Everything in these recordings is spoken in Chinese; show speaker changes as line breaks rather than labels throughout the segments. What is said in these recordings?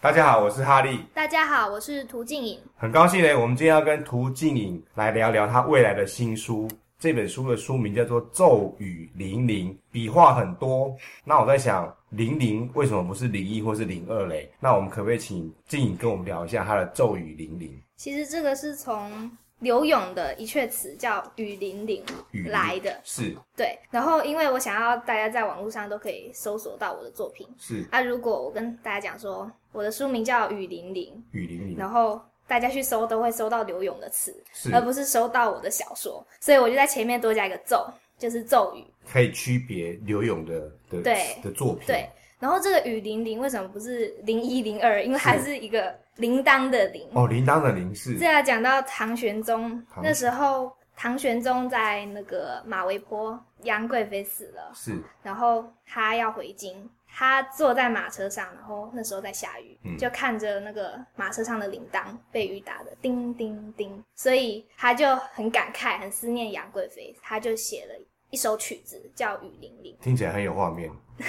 大家好，我是哈利，
大家好，我是涂静颖。
很高兴呢，我们今天要跟涂静颖来聊聊她未来的新书。这本书的书名叫做《咒语零零》，笔画很多。那我在想，零零为什么不是零一或是零二嘞？那我们可不可以请静颖跟我们聊一下她的《咒语零零》？
其实这个是从刘勇的一阙词叫“雨霖铃
雨”霖
来的，
是
对。然后因为我想要大家在网络上都可以搜索到我的作品
是，
啊，如果我跟大家讲说我的书名叫《雨霖铃
雨零》，零
然后大家去搜都会搜到刘勇的词，
嗯是
而不是搜到我的小说，所以我就在前面多加一个咒，就是咒语。
可以区别刘勇的的
对
的作品。
对然后这个雨霖铃为什么不是零一零二？因为它
是
是一个铃铛的铃。
哦，铃铛的铃是
这要啊讲到唐玄宗
唐
那时候，唐玄宗在那个马嵬坡，杨贵妃死了，
是
然后他要回京，他坐在马车上，然后那时候在下雨，
嗯
就看着那个马车上的铃铛被雨打的叮叮叮，所以他就很感慨，很思念杨贵妃，他就写了一首曲子叫《雨霖铃》。
听起来很有画面。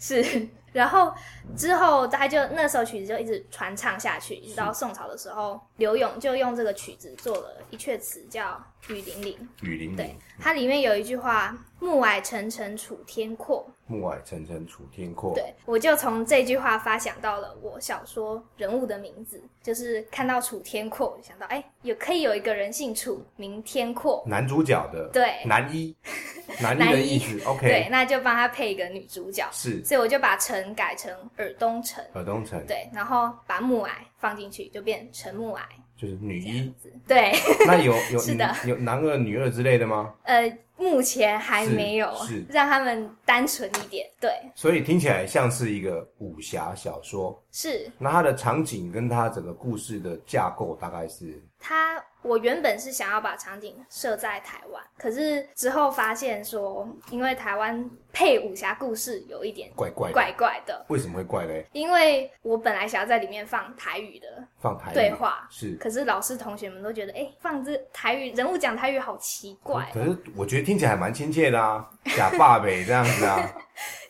是，然后之后他就那首曲子就一直传唱下去，一直到宋朝的时候，刘永就用这个曲子做了一阙词，叫《雨霖铃》。
雨零
对
零，
它里面有一句话：“暮霭沉沉楚天阔。
暮霭沉沉楚天阔。
对，我就从这句话发想到了我小说人物的名字，就是看到楚天阔，想到哎，有可以有一个人姓楚，名天阔。
男主角的
对
男一，男一的意思。
对，
嗯 OK，
那就帮他配一个女主角，
是
所以我就把陈改成尔东陈。
尔东城，
对，然后把木矮放进去，就变成木矮
就是女
这
一
样。子。对，
那有有
是的
有男二、女二之类的吗？
呃，目前还
是
没有
是
让他们单纯一点。对，
所以听起来像是一个武侠小说。
是
那它的场景跟它整个故事的架构大概是
他。我原本是想要把场景设在台湾，可是之后发现说，因为台湾配武侠故事有一点
怪怪的，
怪怪的，
为什么会怪嘞？
因为我本来想要在里面放台语的
放台语
对话。
是
可是老师同学们都觉得，哎、放这台语人物讲台语好奇怪哦，
可是我觉得听起来还蛮亲切的啊，假爸呗这样子啊，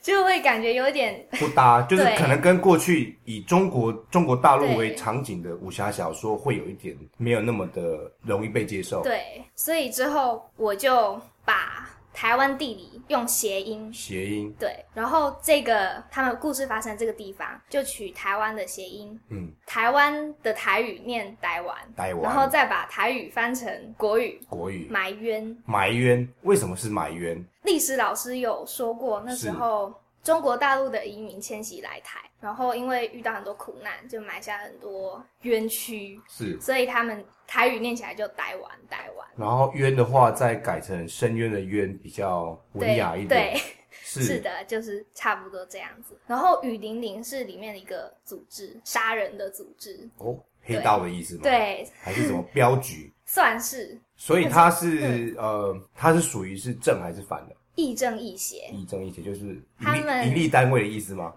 就会感觉有一点
不搭，就是
对
可能跟过去以中国中国大陆为
对
场景的武侠小说会有一点没有那么的容易被接受。
对，所以之后我就把台湾地理用谐音，
谐音，
对，然后这个他们故事发生的这个地方就取台湾的谐音，
嗯，
台湾的台语念台湾，
台湾
然后再把台语翻成国语
国语
埋怨。
埋怨，为什么是埋怨？
历史老师有说过，那时候中国大陆的移民迁徙来台，然后因为遇到很多苦难，就埋下很多冤屈，
是，
所以他们台语念起来就台湾台湾，
然后冤的话再改成深渊的冤，比较文
对
雅一点
对。。
是
是的，就是差不多这样子。然后雨霖铃是里面的一个组织，杀人的组织，
哦，黑道的意思吗？，
对，
还是什么镖 局？
算是
所以它
嗯
是呃，它是属于是正还是反的？
亦正亦邪，
一正一邪就是
他
盈利
们
盈利单位的意思吗？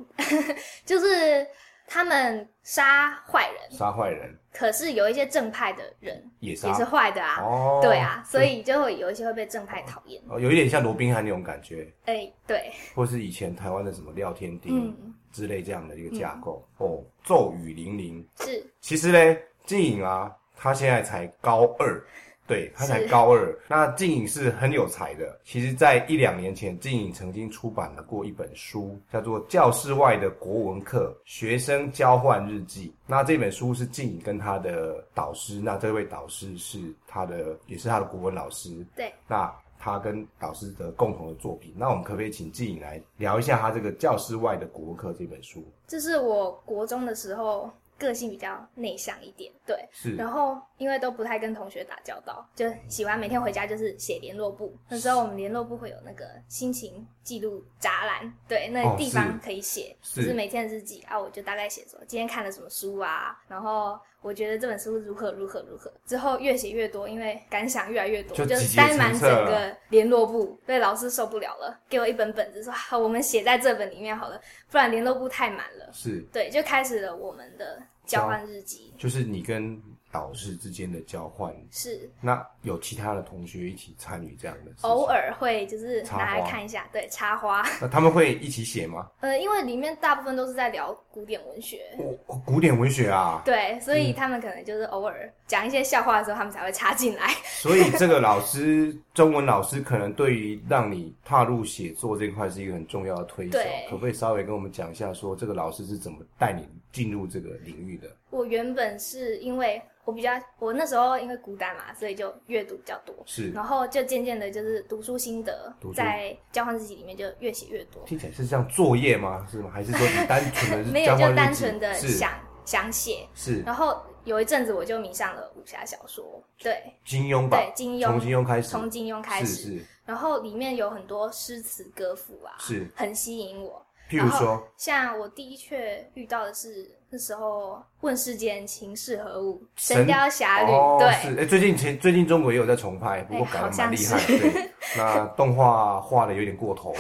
就是他们杀坏人，
杀坏人
可是有一些正派的人
也杀
也是坏的啊，
哦，
对啊，所以就会有一些会被正派讨厌。
哦，有一点像罗宾汉那种感觉，
哎、对，
或是以前台湾的什么廖天丁
嗯，
之类这样的一个架构。哦，咒语零零，
是
其实呢，静颖啊，她现在才高二，对她才
是
高二。那静颖是很有才的。其实，在一两年前，静颖曾经出版了过一本书，叫做《教室外的国文课：学生交换日记》。那这本书是静颖跟她的导师，那这位导师是她的，也是她的国文老师。
对。
那她跟导师的共同的作品，那我们可不可以请静颖来聊一下她这个《教室外的国文课》这本书？
这是我国中的时候个性比较内向一点，对，
是
然后因为都不太跟同学打交道，就喜欢每天回家就是写联络簿。那时候我们联络簿会有那个心情记录杂栏，对，那
哦
地方可以写，
是
就是每天的日记啊，我就大概写说今天看了什么书啊，然后我觉得这本书如何如何如何。之后越写越多，因为感想越来越多，
就
就
集结
塞满
成
整
册了
个联络簿，对老师受不了了，给我一本本子说好，我们写在这本里面好了，不然联络簿太满了。
是
对，就开始了我们的交换日记，
就是你跟导师之间的交换。
是
那有其他的同学一起参与这样的事情
偶，尔会就是
插
拿来
花
看一下，对，插花。
那他们会一起写吗？
呃，因为里面大部分都是在聊古典文学，
我、哦、古典文学啊，
对，所以他们可能就是偶尔讲一些笑话的时候，他们才会插进来。
所以这个老师，中文老师可能对于让你踏入写作这块是一个很重要的推手
对。
可不可以稍微跟我们讲一下说这个老师是怎么带你进入这个领域的？
我原本是因为我比较，我那时候因为孤单嘛，所以就阅读比较多，
是
然后就渐渐的就是读书心得
读书
在交换日记里面就越写越多，
听起来是像作业吗？是吗？还是说你单纯的
没有
交换
就
日
单
记
纯的
是
想想写，
是
然后有一阵子我就迷上了武侠小说，对
金庸吧？
对，金
从
庸
金庸开始，
从金庸开始，
是
然后里面有很多诗词歌赋啊，
是
很吸引我。
是，譬如说，
像我第一阙遇到的是那时候问世间情是何物，《
神
神雕侠侣》
哦，是
对，
哎、最近前最近中国也有在重拍，不过
哎
改的
好像
蛮厉害的。 对，那动画画的有点过头了，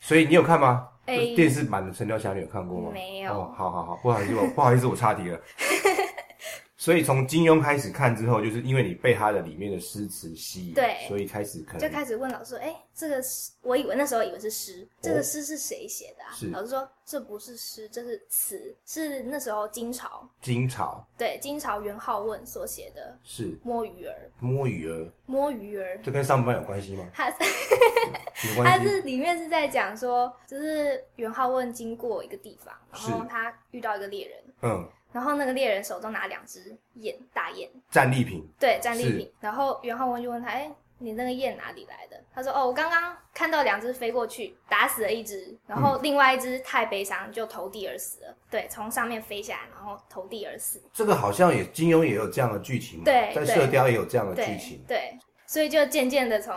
所以你有看吗？
哎
就是电视版的《神雕侠侣》有看过吗？
没有
哦，好好好，不好意思，我不好意思，我岔 题了。所以从金庸开始看之后，就是因为你被他的里面的诗词吸引，
对
所以开始可
就
能
开始问老师说：“哎、这个诗，我以为那时候以为是诗，这
哦
个诗是谁写的啊？”
是
老师说：“这不是诗，这是词，是那时候金朝
金朝
对金朝元好问所写的
是
《摸鱼儿》。
摸鱼儿，
摸鱼儿，
这跟上班有关系吗？
他
没
他
关系，
是里面是在讲说，就是元好问经过一个地方，然后
是
他遇到一个猎人，
嗯，
然后那个猎人手中拿两只雁，大雁，
战利品
对，战利
是
品。然后袁浩文就问他：“哎、你那个雁哪里来的？”他说：“哦，我刚刚看到两只飞过去，打死了一只，然
嗯
后另外一只太悲伤，就投地而死了。对，从上面飞下来，然后投地而死。
这个好像也金庸也有这样的剧情嘛，
对
在
对
射雕也有这样的剧
对
情，
对，所以就渐渐的从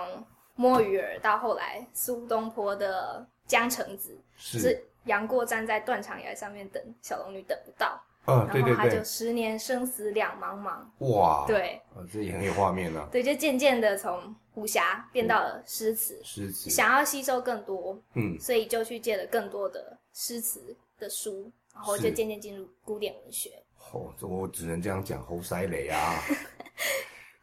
摸鱼儿到后来苏东坡的江城子，就是杨过站在断肠崖上面等小龙女等不到，
嗯，对
然
对
后他就
对，
十年生死两茫茫。
哇，，
对
啊，这也很有画面啊，
对，就渐渐的从武侠
嗯
变到了诗词。
诗词，
想要吸收更多，
嗯，
所以就去借了更多的诗词的书，然后就是渐渐进入古典文学。
哦，这我只能这样讲，猴塞雷啊。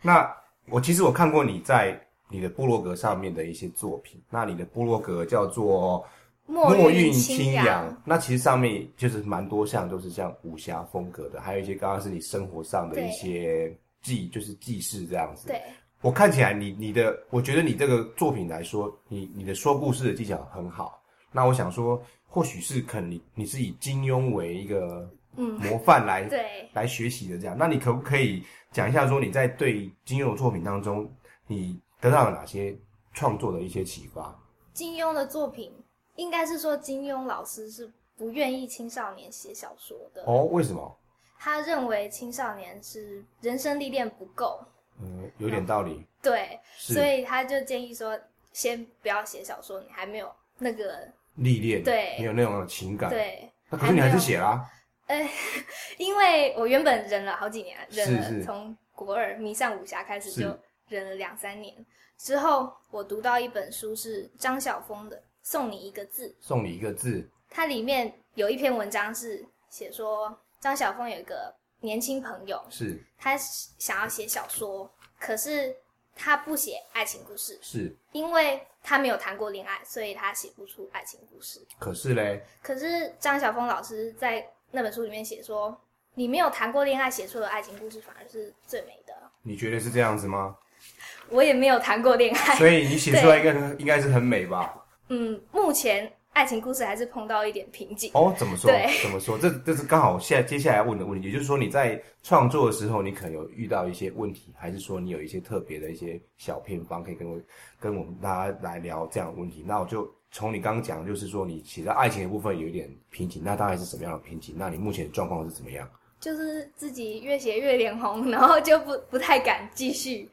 那我其实我看过你在你的部落格上面的一些作品，那你的部落格叫做
墨
韵
清
清扬，那其实上面就是蛮多项都是像武侠风格的，还有一些刚刚是你生活上的一
对
些记，就是记事这样子，
对，
我看起来你你的，我觉得你这个作品来说，你你的说故事的技巧很好。那我想说，或许是可能你你是以金庸为一个
嗯，
模范来、
对，
来学习的这样。那你可不可以讲一下说你在对金庸的作品当中，你得到了哪些创作的一些启发？
金庸的作品应该是说金庸老师是不愿意青少年写小说的，
哦，为什么？
他认为青少年是人生历练不够，
嗯，有点道理。
对，
是
所以他就建议说，先不要写小说，你还没有那个
历练，
对
没有那种的情感。
对。
那可是你还
没
是
有
写啦、
因为我原本忍了好几年啊，
是
忍
是
了从国二迷上武侠开始
是
就忍了两三年。之后我读到一本书是张晓峰的《送你一个字》，
送你一个字，
它里面有一篇文章是写说张晓峰有一个年轻朋友，
是
他想要写小说，可是他不写爱情故事，
是。
因为他没有谈过恋爱，所以他写不出爱情故事。
可是嘞，
可是张晓峰老师在那本书里面写说，你没有谈过恋爱写出的爱情故事反而是最美的。
你觉得是这样子吗？
我也没有谈过恋 爱，
所以你写出来应该应该是很美吧？
嗯，目前爱情故事还是碰到一点瓶颈。
哦，怎么说
对？
怎么说？这这是刚好现在接下来问的问题，也就是说你在创作的时候，你可能有遇到一些问题，还是说你有一些特别的一些小偏方可以跟我跟我们大家来聊这样的问题？那我就从你刚刚讲，就是说你写到爱情的部分有一点瓶颈，那大概是什么样的瓶颈？那你目前的状况是怎么样？
就是自己越写越脸红， 然后就不不太敢继续。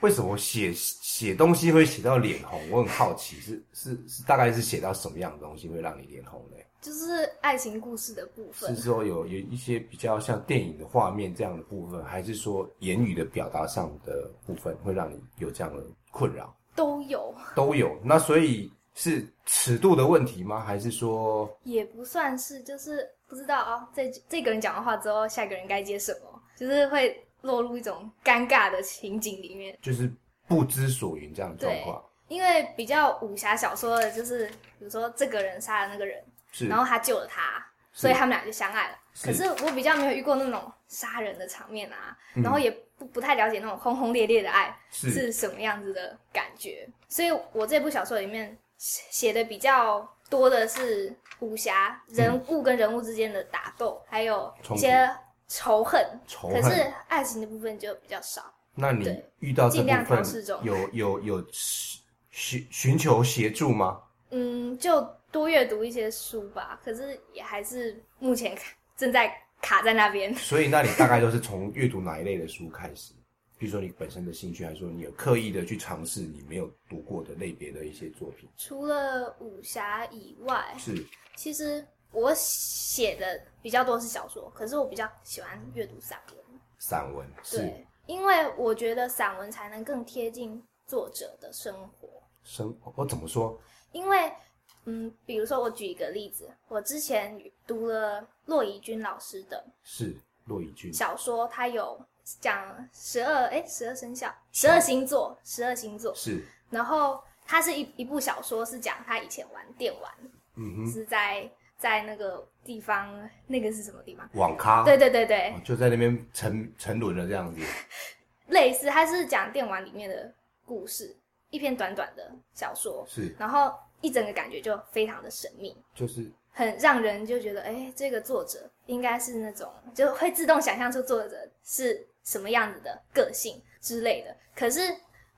为什么写写东西会写到脸红？我很好奇，是是是，大概是写到什么样的东西会让你脸红呢？
就是爱情故事的部
是
分，
说有有一些比较像电影的画面这样的部分，还是说言语的表达上的部分会让你有这样的困扰？
都有，
都有。那所以是尺度的问题吗？还是说
也不算是，就是不知道哦，这这个人讲完话之后，下一个人该接什么，就是会落入一种尴尬的情景里面。
就是不知所云这样的状况，
因为比较武侠小说的，就是比如说这个人杀了那个人，
是
然后他救了他，
是
所以他们俩就相爱了。
是
可是我比较没有遇过那种杀人的场面啊，然后也不不太了解那种轰轰烈烈的爱
嗯是
是什么样子的感觉，所以我这部小说里面写写的比较多的是武侠人物跟人物之间的打斗，还有一些仇恨，
仇
可是
恨。
爱情的部分就比较少。
那你
对
遇到这
尽量
部分
调试中
有有有寻寻求协助吗？
嗯，就多阅读一些书吧，可是也还是目前卡正在卡在那边。
所以那你大概都是从阅读哪一类的书开始？比如说你本身的兴趣，还是说你有刻意的去尝试你没有读过的类别的一些作品？
除了武侠以外，
是
其实我写的比较多是小说，可是我比较喜欢阅读散文。
散文，是
对，因为我觉得散文才能更贴近作者的生活。
生活，我怎么说？
因为，嗯，比如说我举一个例子，我之前读了骆以军老师的
是骆以军，
小说，他有讲十二哎十二生肖、十二星座、十二星座，
是
然后它是一一部小说，是讲他以前玩电玩，
嗯哼，
是在在那个地方，那个是什么地方？
网咖，
对对对对，
哦，就在那边沉沉沦了这样子，
类似，它是讲电玩里面的故事，一篇短短的小说，
是
然后一整个感觉就非常的神秘，
就是
很让人就觉得，哎、这个作者应该是那种，就会自动想象出作者是什么样子的个性之类的。可是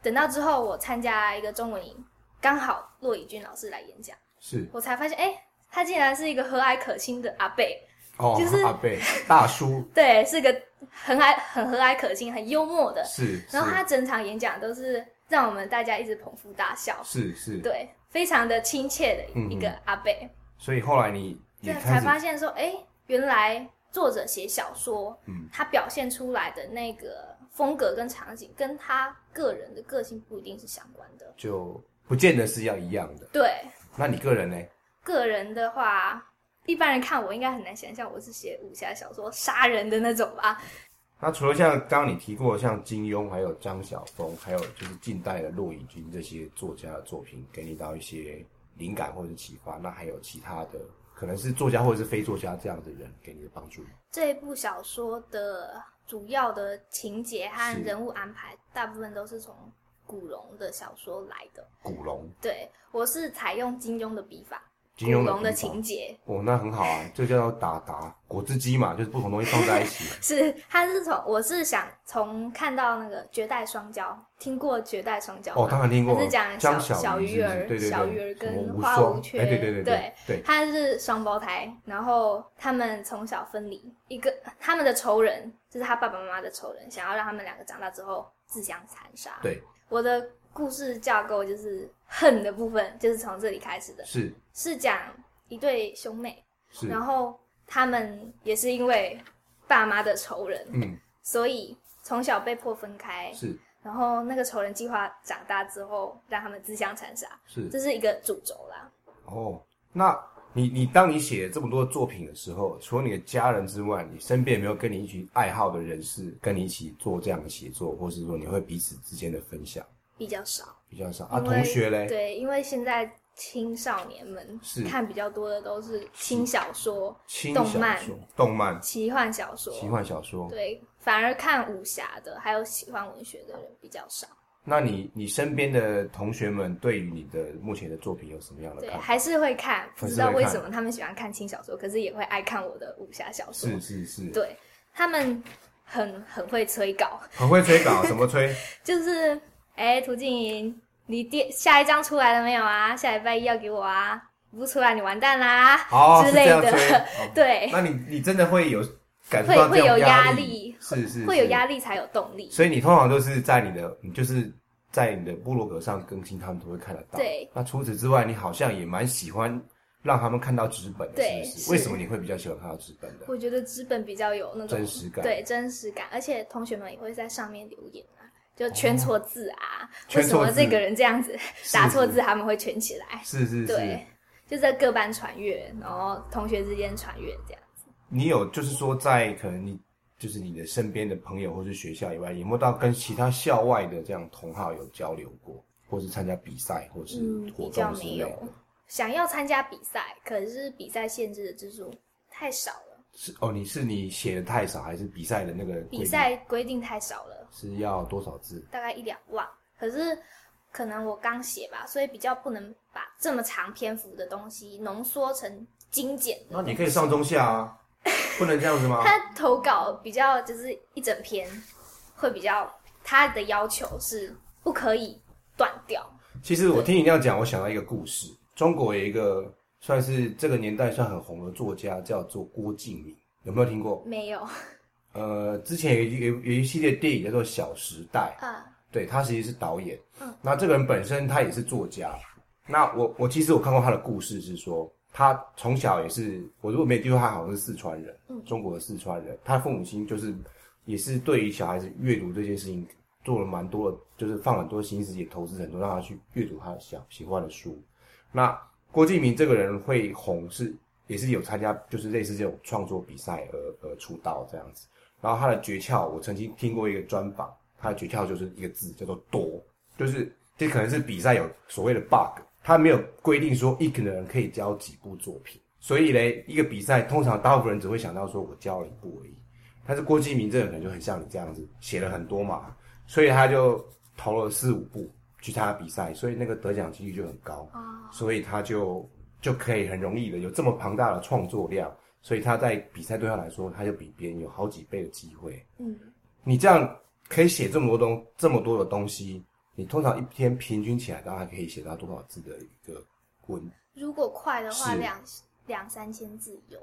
等到之后，我参加一个中文营，刚好骆以军老师来演讲，
是
我才发现，哎、他竟然是一个和蔼可亲的阿贝，
哦，
就是
阿贝大叔
对，是个很蔼、很和蔼可亲、很幽默的。
是，
然后他整场演讲都是让我们大家一直捧腹大笑，
是是是，
对，非常的亲切的一个阿贝。
所以后来你也
对，
开
才发
始
现说，哎，原来作者写小说，
嗯
他表现出来的那个风格跟场景，跟他个人的个性不一定是相关的。
就不见得是要一样的。
对，
那你个人呢？
个人的话，一般人看我应该很难想象我是写武侠小说杀人的那种吧。
那除了像刚刚你提过的像金庸，还有张晓峰，还有就是近代的骆以军这些作家的作品，给你到一些灵感或者是启发，那还有其他的，可能是作家或者是非作家这样的人给你的帮助吗？
这部小说的主要的情节
是
和人物安排，大部分都是从古龙的小说来的。
古龙，
对我是采用金庸的笔法，
金庸
古龙的
笔法
情节，
哦，那很好啊，这叫打打果汁机嘛，就是不同东西放在一起。
是，他是从我是想从看到那个《绝代双骄》，听过《绝代双骄》
哦，
吗？
当然听过
他是讲
江
小
小
小
鱼
鱼
是不是
儿
对对对，
小鱼儿跟
什么无
花
双
无缺
哎对对对对
对
对，
他是双胞胎，然后他们从小分离，一个他们的仇人就是他爸爸妈妈的仇人，想要让他们两个长大之后自相残杀。
对，
我的故事架构就是恨的部分，就是从这里开始的，
是
是讲一对兄妹，
是，
然后他们也是因为爸妈的仇人，
嗯
所以从小被迫分开，
是
然后那个仇人计划长大之后让他们自相残杀，
是
这是一个主轴啦。
哦，那你你当你写这么多作品的时候，除了你的家人之外，你身边有没有跟你一起爱好的人士跟你一起做这样的写作，或是说你会彼此之间的分享
比较少
比较少啊？
因为
同学嘞，
对，因为现在青少年们
是
看比较多的都是轻小说、
轻
动
小
漫
说、动漫、
奇幻小说，
奇幻小说。
对，反而看武侠的还有喜欢文学的人比较少。
那你你身边的同学们对于你的目前的作品有什么样的
对，啊
看法？
还是会看，
还
不
是
知道
会
为
看
什么他们喜欢看轻小说，可是也会爱看我的武侠小说。
是是是，
对他们很很会催稿，
很会催稿，怎么 催？
就是哎、诶涂静莹，你第下一张出来了没有啊？下礼拜一要给我啊，不出来你完蛋啦、
哦，
之
是
类
这样
的。
催。哦
对，
那你你真的会有感受到
会
这种
会有
压
压
力
力，
是是
会有
是
压力才有动力。
所以你通常都是在你的，你就是在你的部落格上更新，他们都会看得到。
对。
那除此之外，你好像也蛮喜欢让他们看到纸本的，
对
是不是？
是
为什么你会比较喜欢看到纸本的？
我觉得纸本比较有那种
真实感
对真实感，而且同学们也会在上面留言啊，就圈错字 啊，
哦圈
为什
错
么
字
这个人这样子
是
打错字，他们会圈起来。
是是是，
对，就在各班传阅，然后同学之间传阅这样子。
你有就是说在可能你就是你的身边的朋友或是学校以外，有没有到跟其他校外的这样同好有交流过，或是参加比赛或是
嗯
活
比较
动之
没
类的
有？想要参加比赛，可是比赛限制的字数太少了，
是哦，你是你写的太少，还是比赛的那个规定
比赛规定太少了，
是要多少字？
大概一两万。可是可能我刚写吧，所以比较不能把这么长篇幅的东西浓缩成精简的。
那你可以上中下啊，不能这样子吗？
他投稿比较就是一整篇，会比较他的要求是不可以断掉。
其实我听你这样讲，我想到一个故事。中国有一个算是这个年代算很红的作家，叫做郭敬明，有没有听过？
没有
呃，之前有一有有一系列电影叫做《小时代》，
啊，
对他其实是导演。
嗯，
那这个人本身他也是作家。那我我其实我看过他的故事，是说他从小也是，我如果没记错，他好像是四川人，
嗯
中国的四川人。他父母亲就是也是对于小孩子阅读这件事情做了蛮多的，就是放很多心思，也投资很多，让他去阅读他想喜欢的书。那郭敬明这个人会红是也是有参加，就是类似这种创作比赛而而出道这样子。然后他的诀窍，我曾经听过一个专访，他的诀窍就是一个字叫做多，就是这可能是比赛有所谓的 bug，他没有规定说一个人可以交几部作品，所以嘞，一个比赛通常大部分人只会想到说我交了一部而已，但是郭敬明这个人可能就很像你这样子，写了很多嘛，所以他就投了四五部去参加比赛，所以那个得奖几率就很高，
哦
所以他就就可以很容易的有这么庞大的创作量，所以他在比赛对他来说，他就比别人有好几倍的机会。
嗯，
你这样可以写这么多东这么多的东西，你通常一天平均起来大概可以写到多少字的一个文？
如果快的话，
是
两两三千字有，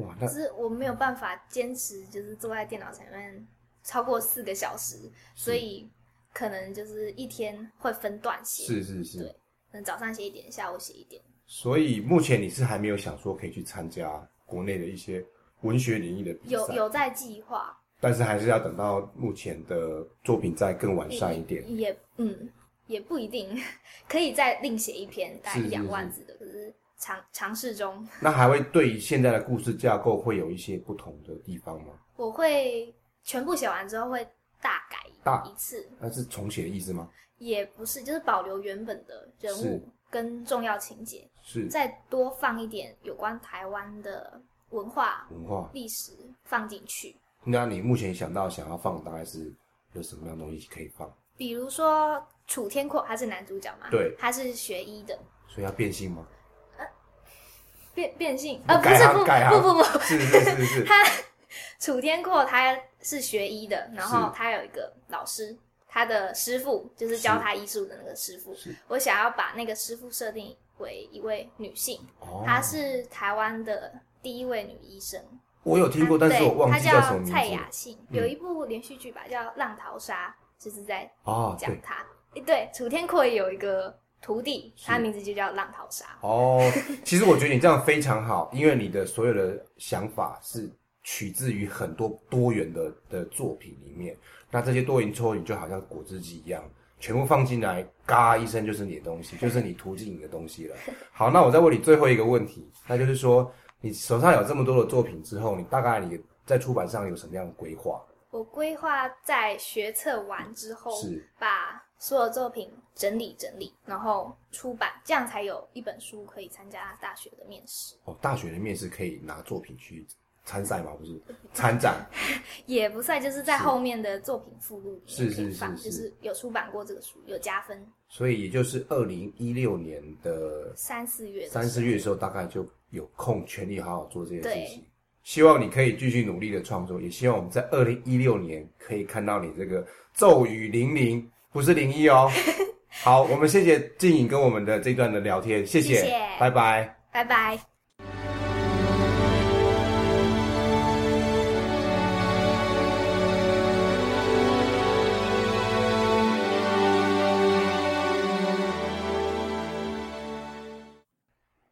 哇，那
可是我没有办法坚持，就是坐在电脑前面超过四个小时，所以可能就是一天会分段写，
是是是
对，可能早上写一点，下午写一点。
所以目前你是还没有想说可以去参加国内的一些文学领域的比
有
赛，
有在计划，
但是还是要等到目前的作品再更完善一点。
也嗯也不一定， 可以再另写一篇，大概
是是
一两万字的，可是尝尝试中，
那还会对于现在的故事架构会有一些不同的地方吗？
我会全部写完之后会大改
大
一次，
那是重写的意思吗？
也不是就是保留原本的人
是
物跟重要情节，
是
再多放一点有关台湾的文化
文化。
历史放进去，
那你目前想到想要放大概是有什么样的东西可以放？
比如说楚天阔他是男主角嘛，
对
他是学医的。
所以要变性 吗？
变变性啊、呃，不
改
是
行
不
改行
不不不，
是是是是，
楚天阔他是学医的，然后
是
他有一个老师，他的师傅就是教他医术的那个师傅
是。
我想要把那个师傅设定为一位女性，
哦，
她是台湾的第一位女医生。
我有听过，
她
但是我忘记
对她
什么
叫
名
蔡
字嗯
雅信，有一部连续剧吧，叫《浪淘沙》，就是在
啊。
讲
对，
她。诶对，楚天阔也有一个徒弟，
是
他名字就叫浪淘沙。
哦，其实我觉得你这样非常好，因为你的所有的想法是取自于很多多元的的作品里面。那这些多元作品就好像果汁机一样，全部放进来，嘎一声就是你的东西，就是你途径你的东西了。好，那我再问你最后一个问题，那就是说，你手上有这么多的作品之后，你大概你在出版上有什么样的规划？
我规划在学测完之后
是，
把所有作品整理整理，然后出版，这样才有一本书可以参加大学的面试。
哦，大学的面试可以拿作品去参赛吗？不是参展。
也不算，就是在
是
后面的作品附录
是
里面可以
是是
放
是
就是有出版过这个书，有加分。
所以也就是二零一六年的
三四月的时候
三四月的时候，大概就有空全力好好做这件
对
事情。希望你可以继续努力的创作，也希望我们在二零一六年可以看到你这个骤雨零零，不是零一 哦。好，我们谢谢静颖跟我们的这段的聊天，谢
谢谢
拜拜。
拜拜。